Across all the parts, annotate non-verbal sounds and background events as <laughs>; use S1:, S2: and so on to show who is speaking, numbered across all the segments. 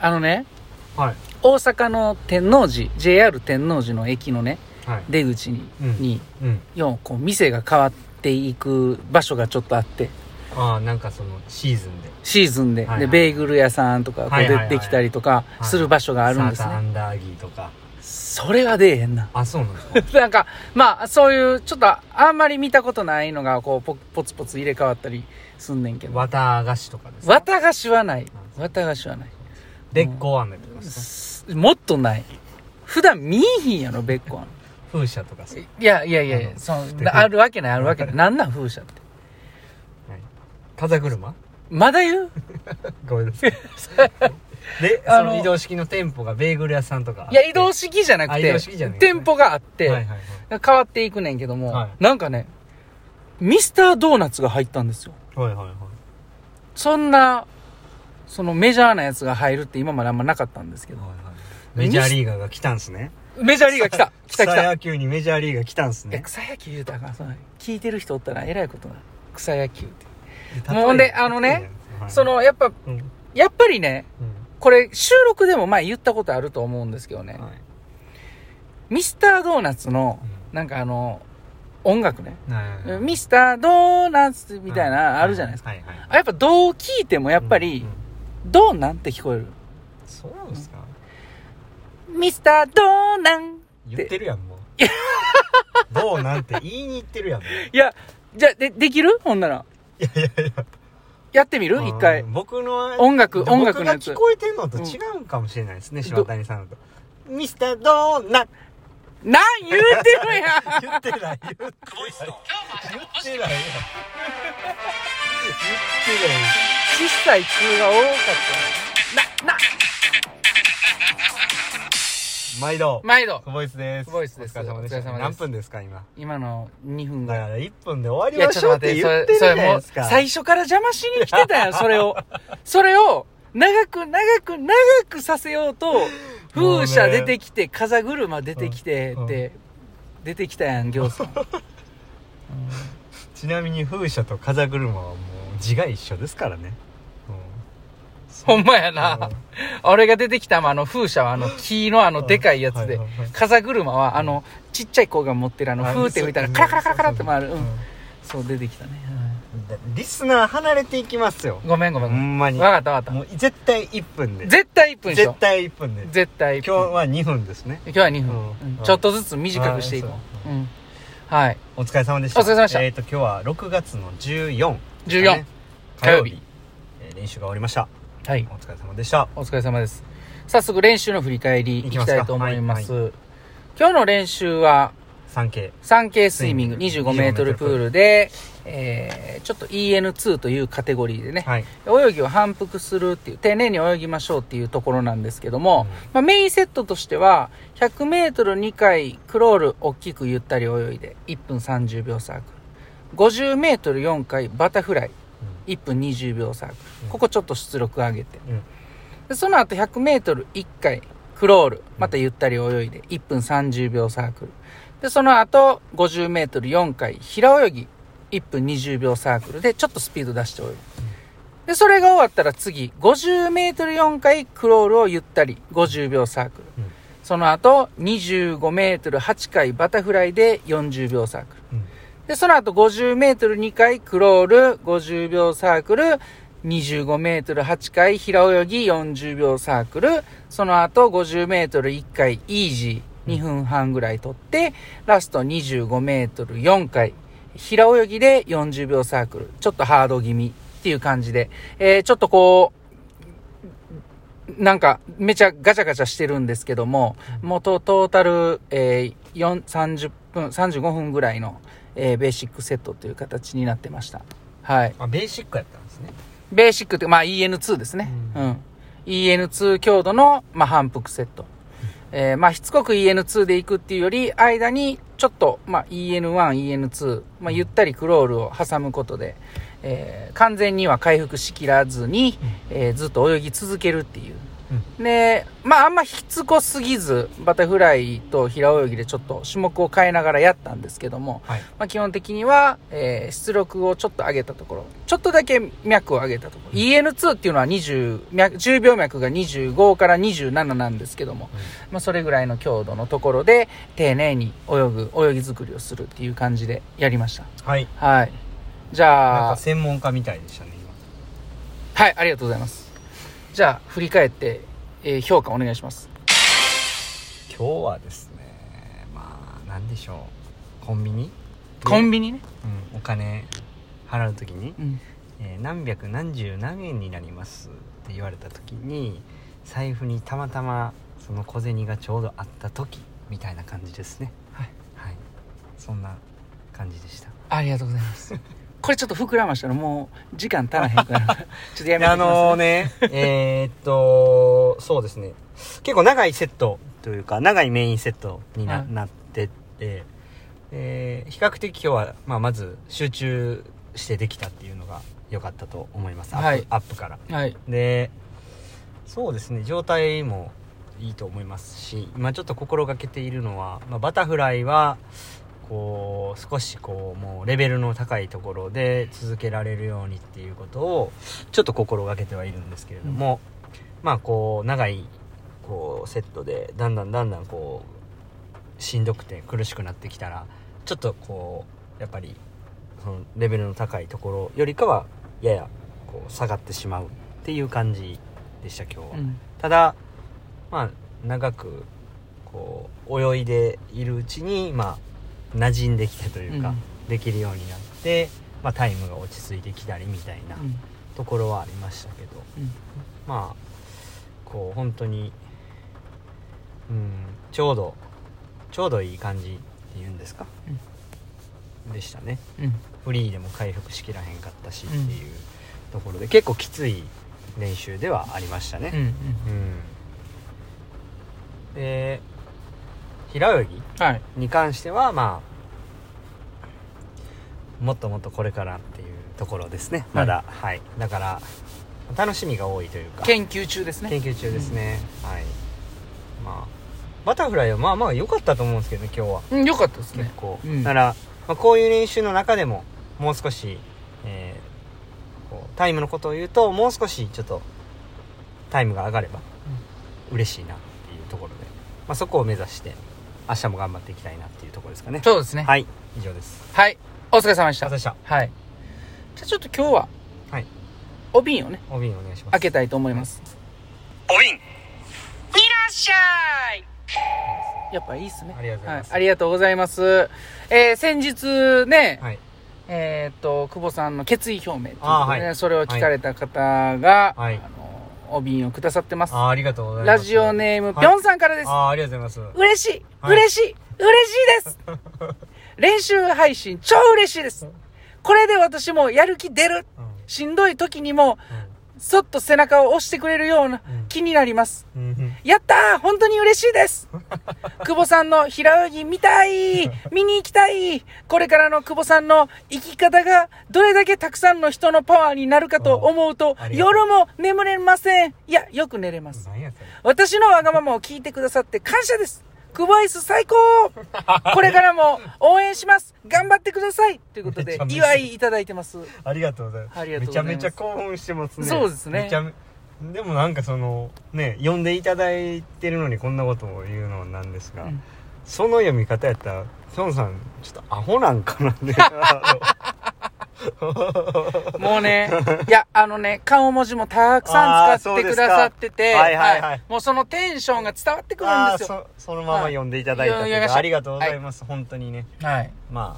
S1: あのね、
S2: はい
S1: 大阪の天王寺、JR 天王寺の駅のね、
S2: はい
S1: 出口に、
S2: うん
S1: に
S2: うん
S1: ようこう店が変わっていく場所がちょっとあって、
S2: ああなんかそのシーズンで
S1: シーズンで、
S2: はいはい
S1: で、ベーグル屋さんとかこう
S2: はいはいは
S1: 出
S2: い
S1: てきたりとかする場所があるんです
S2: サーターア
S1: ね。
S2: ンダーギーとか
S1: それは出えへんな。 <laughs>
S2: あそうなんですか
S1: なんか、まあ、そういう、ちょっと、あんまり見たことないのが、こう、ポポツポツ入れ替わったりすんねんけど。
S2: 綿菓子とかですか
S1: 綿菓子はない。綿菓子はない。
S2: べっこう飴とかですか
S1: すもっとない。普段見えひんやろ、べっこは。
S2: 風車とかですか
S1: いやいやいやい
S2: あ
S1: や、
S2: の
S1: そ
S2: 捨 <laughs>
S1: う
S2: て
S1: な
S2: て
S1: あるわけない、あるわけない。なんなん、風車って。
S2: はい風車
S1: まだ言う
S2: ごめんな
S1: <laughs>
S2: さいで
S1: あ
S2: そ
S1: の
S2: の移動式の店舗がベーグル屋さんとかあっ
S1: い
S2: て
S1: や、移動式じゃなく
S2: あ移
S1: て
S2: 動式じゃな、い
S1: 店舗があっ
S2: はい
S1: て、
S2: はいはい
S1: 変わっていくねんけども
S2: は、
S1: なんかね、ミスタードーナツが入ったんですよ。
S2: はいはいはい
S1: そんな、そのメジャーなやつが入るって今まであんまなかったんですけど。
S2: メジャーリーガーが来たんすね
S1: メジャーリーガー来た来た来
S2: 草
S1: た
S2: 野球にメジャーリーガー来たんす
S1: え
S2: ね
S1: 草野球言うたらあかんその聞いてる人おったらえらいことなる草野球って
S2: 例え
S1: もうほんであのね
S2: はい
S1: そのやっぱ
S2: うんうん
S1: やっぱりねこれ収録でも前言ったことあると思うんですけどね、
S2: はい
S1: ミスタードーナツの
S2: う
S1: なんかあの音楽ね、
S2: んはいはいはい
S1: ミスタードーナツみたいなあるじゃないですか、
S2: はいはいはい
S1: あやっぱどう聞いてもやっぱり
S2: うんうん
S1: ドーナンって聞こえる、
S2: そうなんですか
S1: ミスタードーナン
S2: 言ってるやん <laughs> もうどうなんて言いに行ってるやんもう
S1: いやじゃあでできるほんなら
S2: いやいやいや
S1: やってみる一回
S2: うん僕の
S1: 音楽音楽
S2: 僕
S1: の
S2: が
S1: やつ
S2: 聞こえてんのと違うんかもしれないですね、柴谷さんのとミスタードーナツ
S1: なん言う <laughs> てるやん
S2: 言ってない言ってない言ってない言ってない
S1: 小さい通が多かったなな
S2: 毎度
S1: 毎度
S2: ボイスです
S1: 久保井です
S2: お疲れ様でした
S1: お疲れ様です
S2: 何分ですか今
S1: 今の2分
S2: だ
S1: が
S2: から1分で終わりましょうって言
S1: そ
S2: っ
S1: れ
S2: てる
S1: そ
S2: じゃ
S1: れ
S2: ない
S1: もう
S2: ですか
S1: 最初から邪魔しに来てた
S2: <laughs>
S1: やんそれをそれを長く長く長くさせようと風車出てきて風車出てきて
S2: うん
S1: って出てきたやん行
S2: <laughs>
S1: さん
S2: ちなみに風車と風車はもう字が一緒ですからね
S1: ほんまやな俺が出てきたあの風車はあの木のあのでかいやつで
S2: はいはいはい
S1: 風車はあのちっちゃい子が持ってるあの風って吹いたらカラカラカラカラって回る
S2: う
S1: うんんそう出てきたねうん
S2: リスナー離れていきますよ
S1: ごめんごめん
S2: ほ
S1: ごめん。
S2: んまに
S1: わかったわかっ
S2: もう絶対1分
S1: た。
S2: で
S1: 絶対1分でしょ
S2: 絶。対1分で今
S1: 絶対1
S2: 日
S1: 分。
S2: は2分ですね
S1: 今日は2分。
S2: う
S1: うんんちょっとずつ短くしていこ
S2: あ
S1: う。うん。はい。
S2: お疲れ様でした
S1: お疲れ様でした
S2: えっ、と今日は6月の14ですか
S1: 14
S2: ね。
S1: 火曜日
S2: えー練習が終わりました
S1: はい
S2: お。疲れ様でした
S1: お疲れ様です。早速練習の振り返りいきたいと思いま
S2: いき
S1: す。今日の練習は、
S2: 3K
S1: 3K スイミング25
S2: 25
S1: メートルプールで、えー、ちょっと EN2 というカテゴリーでね、
S2: はい
S1: 泳ぎを反復するっていう、丁寧に泳ぎましょうっていうところなんですけども、まあ、メインセットとしては、100メートル2回クロール大きくゆったり泳いで、1分30秒サークル。50メートル4回バタフライ、1分20秒サーク
S2: うん
S1: ル。ここちょっと出力上げて。
S2: うん
S1: でその後100メートル1回クロール、またゆったり泳いで、1分30秒サークル。で、その後50メートル4回平泳ぎ、1分20秒サークルで、ちょっとスピード出して泳ぐ。で、それが終わったら次、50メートル4回クロールをゆったり、50秒サークル。
S2: うん
S1: その後、25メートル8回バタフライで40秒サークル。
S2: うん
S1: で、その後50メートル2回クロール、50秒サークル、25メートル8回平泳ぎ40秒サークル、その後50メートル1回イージー2分半ぐらい取って、ラスト25メートル4回平泳ぎで40秒サークル、ちょっとハード気味っていう感じで、えー、ちょっとこう、なんか、めちゃガチャガチャしてるんですけども、もうトトータル、えー、4 30分、35分ぐらいの、えーベーシックセットという形になってました。はい。
S2: あベーシックやったんですね
S1: ベーシックって、まあ EN2 ですね。
S2: う
S1: うん。EN2 強度の、まあ反復セット。えーまあしつこく EN2 で行くっていうより、間にちょっと、まあ EN1、EN2、まあゆったりクロールを挟むことで、えー完全には回復しきらずに、えーずっと泳ぎ続けるっていう、で、まああんましつこすぎず、バタフライと平泳ぎでちょっと種目を変えながらやったんですけども、
S2: はい
S1: まあ基本的には、えー出力をちょっと上げたところ、ちょっとだけ脈を上げたところ、EN2 っていうのは20脈、10秒脈が25から27なんですけども、まあそれぐらいの強度のところで、丁寧に泳ぐ、泳ぎ作りをするっていう感じでやりました。
S2: はい
S1: はい。じ
S2: なん
S1: ゃ
S2: か
S1: あ、
S2: 専門家みたいでしたね
S1: はい、ありがとうございます。じゃあ、振り返って、えー評価お願いします。
S2: 今今日はですねまあなんでしょうコンビニ
S1: コンビ
S2: ビ
S1: ニね。
S2: お金払う時に、
S1: うん。
S2: えー何百何十何円になりますって言われた時に財布にたまたまその小銭がちょうどあった時みたいな感じですね
S1: はい、
S2: はい、そんな感じでした
S1: ありがとうございます。これちょっと膨らましたらもう時間足らへん <laughs> から。ちょっとやめて
S2: あ
S1: きます、
S2: のね <laughs> えーっとそうですね結構長いセットというか長いメインセットにな,、
S1: はい
S2: なってて、えー比較的今日は、まあ、まず集中してできたっていうのが良かったと思いますアップ,、
S1: はい
S2: アップから
S1: はい。
S2: でそうですね状態もいいと思いますし今ちょっと心がけているのは、まあ、バタフライはこう少しこうもうレベルの高いところで続けられるようにっていうことをちょっと心がけてはいるんですけれども、まあこう長いこうセットでだんだんだんだんこうしんどくて苦しくなってきたらちょっとこうやっぱりそのレベルの高いところよりかはややこう下がってしまうっていう感じでした今日は、
S1: うん。
S2: ただまあ長くこう泳いでいるうちにまあ馴染んできてというか、
S1: うん
S2: できるようになって、まあ、タイムが落ち着いてきたりみたいな
S1: うん
S2: ところはありましたけど、
S1: うん
S2: まあこう本当にうんちょうどちょうどいい感じっていうんですか、でしたね
S1: うん。
S2: フリーでも回復しきらへんかったしって
S1: うん
S2: いうところで、結構きつい練習ではありました
S1: うん。うん。
S2: ね、うんで平泳ぎ
S1: はい。
S2: に関してはまあもっともっとこれからっていうところですねまだ、はい、だから楽しみが多いというか
S1: 研究中ですね。
S2: 研究中ですね、はいまあバタフライはまあまあ良かったと思うんですけどね今日は
S1: うん、よかったです
S2: 結
S1: ね。
S2: 構、
S1: うん
S2: だから、まあ、こういう練習の中でももう少し、えーこうタイムのことを言うともう少しちょっとタイムが上がれば嬉しいなっていうところで、まあ、そこを目指して明日も頑張っていきたいなっていうところですかね
S1: そうですね。はい。
S2: はい以上です
S1: お疲れ様でし
S2: あ
S1: た
S2: りがとうござい。ました
S1: はい。じゃあちょっと今日は、
S2: はい。
S1: お瓶をね、
S2: お瓶お願いします
S1: 開けたいと思います。
S2: お瓶
S1: いらっしゃいやっぱいいっすね。
S2: ありがとうございます
S1: はありがとうございます。えー、先日ね、
S2: はい
S1: えーっと、久保さんの決意表明っていうことでね、
S2: あーはい
S1: それを聞かれた方が、
S2: はい
S1: あの、お瓶をくださってます。
S2: あーありがとうございま
S1: ラ
S2: す
S1: ジオネーム、ぴ
S2: はい
S1: ょんさんからです。
S2: あーありがとうございます
S1: 嬉しい、
S2: はい
S1: 嬉しい、嬉しいです練習配信超嬉しいですこれで私もやる気出る
S2: うん
S1: しんどい時にも、そっと背中を押してくれるような気になります。
S2: うんうん
S1: やったー本当に嬉しいです
S2: <laughs>
S1: 久保さんの平泳ぎ見たい見に行きたいこれからの久保さんの生き方がどれだけたくさんの人のパワーになるかと思うと
S2: ああ、りがとう
S1: 夜も眠れません。いや、よく寝れます。
S2: 何やそれ
S1: 私のわがままを聞いてくださって感謝ですクボイス最高これからも応援します頑張ってくださいということ
S2: め
S1: で
S2: ちゃめちゃ
S1: 祝いいただいてます
S2: ありがとうございます。
S1: ありがとうございます
S2: めちゃめちゃ興奮してますね。
S1: そうですね
S2: めちゃめでもなんかその、ね、呼んでいただいてるのにこんなことを言うのなんですが、
S1: うん
S2: その読み方やったら、ヒョンさん、ちょっとアホなんか
S1: <laughs>
S2: なって。あ
S1: もうねいやあのね顔文字もたくさん使ってくださってて
S2: あーそうですかはいはいはい
S1: もうそのテンションが伝わってくるん
S2: あ
S1: ですよ
S2: そ、そのまま読んでいただいたと
S1: はい読
S2: い
S1: み
S2: う
S1: まし
S2: か、
S1: た
S2: ありがとうございます。本当にね。
S1: はい
S2: ま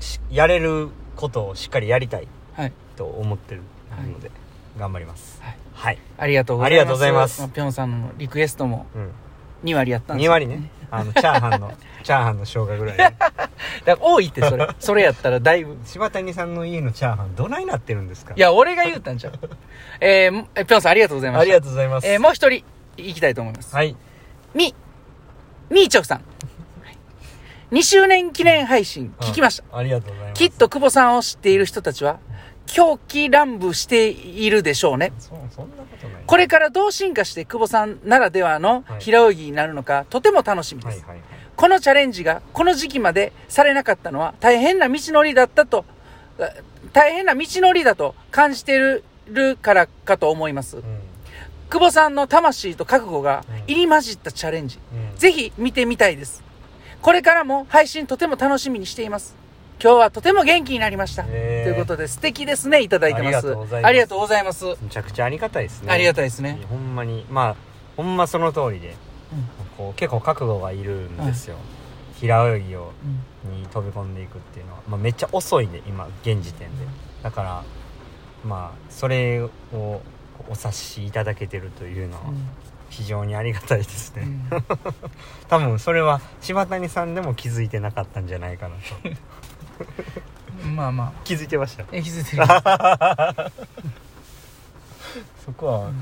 S2: あ、しやれることをしっかりやりたい
S1: はい
S2: と思ってるので、頑張ります。
S1: はい
S2: はい。
S1: ありがとうございます
S2: ありがとうございます
S1: あぴょんさんのリクエストも
S2: うん
S1: 2割やったんです
S2: <laughs> 2
S1: よ
S2: 割ね。あの、チャーハンの、チャーハンの生姜ぐらいね。
S1: だから多いってそれそれやったらだいぶ
S2: 柴谷さんの家のチャーハン、どないなってるんですか
S1: いや俺が言うたんちゃうえーえぴょんさんありがとうございま
S2: あ
S1: し
S2: り
S1: た
S2: がとうございます。
S1: えーもう一人いきたいと思います
S2: はい。
S1: み、みーちょくさん。2周年記念配信聞きました。
S2: ありがとうございます。
S1: きっと久保さんを知っている人たちは、狂気乱舞しているでしょうね。
S2: そそんなことない
S1: これからどう進化して久保さんならではの
S2: はい
S1: 平泳ぎになるのか、とても楽しみで
S2: はい
S1: す。
S2: はいはい
S1: このチャレンジがこの時期までされなかったのは大変な道のりだったと、あ大変な道のりだと感じているからかと思います。
S2: う
S1: 久保さんの魂と覚悟が入り混じったチャレンジ。
S2: んうん
S1: ぜひ見てみたいです。これからも配信とても楽しみにしています。今日はとても元気になりました。と
S2: へ
S1: い
S2: ー
S1: うことで素敵ですね、いただいてます。
S2: ありがとうございます
S1: ありがとうございます。
S2: むちゃくちゃありがたいですね
S1: ありが
S2: と
S1: たいですね。
S2: ほんまにまあほんまその通りで、
S1: うん
S2: こう結構覚悟がいるんですよ、平泳ぎを
S1: うん
S2: に飛び込んでいくっていうのは、まあ、めっちゃ遅いんで今現時点でだからまあそれをこうお察しいただけてるというのは非常にありがたいですね、
S1: うん
S2: 多分それは柴谷さんでも気づいてなかったんじゃないかなと
S1: うんまあまあ。
S2: <laughs> 気づいてました
S1: え、気づいてる。
S2: <laughs> そこはなんか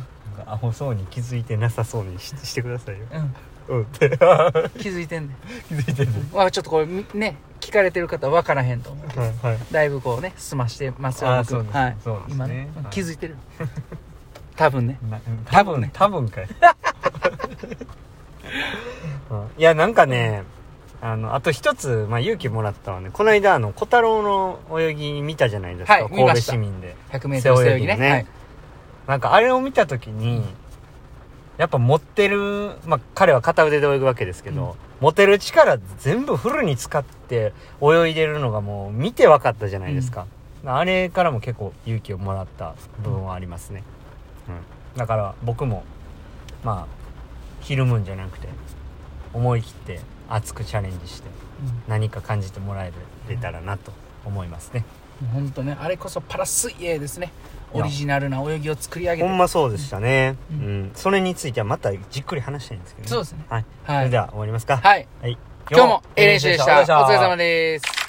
S2: アホそうに気づいてなさそうにししてくださいよ
S1: うん。
S2: うんって <laughs> 気
S1: 気づいてんね。
S2: づいてる
S1: わちょっとこれみね、聞かれてる方は分からへんと思う。
S2: はいはい
S1: だいぶこうね、済ましてますよ
S2: あ
S1: 僕
S2: ーそうです
S1: はい。
S2: そうですね
S1: 今ね
S2: はい
S1: 気づいてる。多分ね。
S2: な
S1: 多分ね
S2: 多分かい <laughs> うんいやなんかねあのあと一つ、まあ、勇気もらったのはねこの間あの小太郎の泳ぎ見たじゃないですか、
S1: はい見
S2: 神
S1: ま
S2: 戸
S1: した
S2: 市民で
S1: 100メートル背泳ぎね。
S2: 背泳ぎね
S1: はい
S2: なんかあれを見た時にやっぱ持ってる、まあ、彼は片腕で泳ぐわけですけど、持てる力全部フルに使って泳いでるのがもう見て分かったじゃないですか、あれからも結構勇気をもらった部分はありますね、うん、だから僕もまあひるむんじゃなくて思い切って熱くチャレンジして何か感じてもらえれたらなと思いますね
S1: もうほんとね、あれこそパラ水泳ですね。
S2: いや
S1: オリジナルな泳ぎを作り上げ
S2: ほ
S1: て。
S2: んまそうでしたね、う
S1: うんん
S2: それについてはまたじっくり話したいんですけどね
S1: そうですね。
S2: はい、
S1: は
S2: それ
S1: い
S2: で。は終わりますか
S1: はい。
S2: はい、
S1: 今日もエレンシでした。お疲れ様
S2: で
S1: です。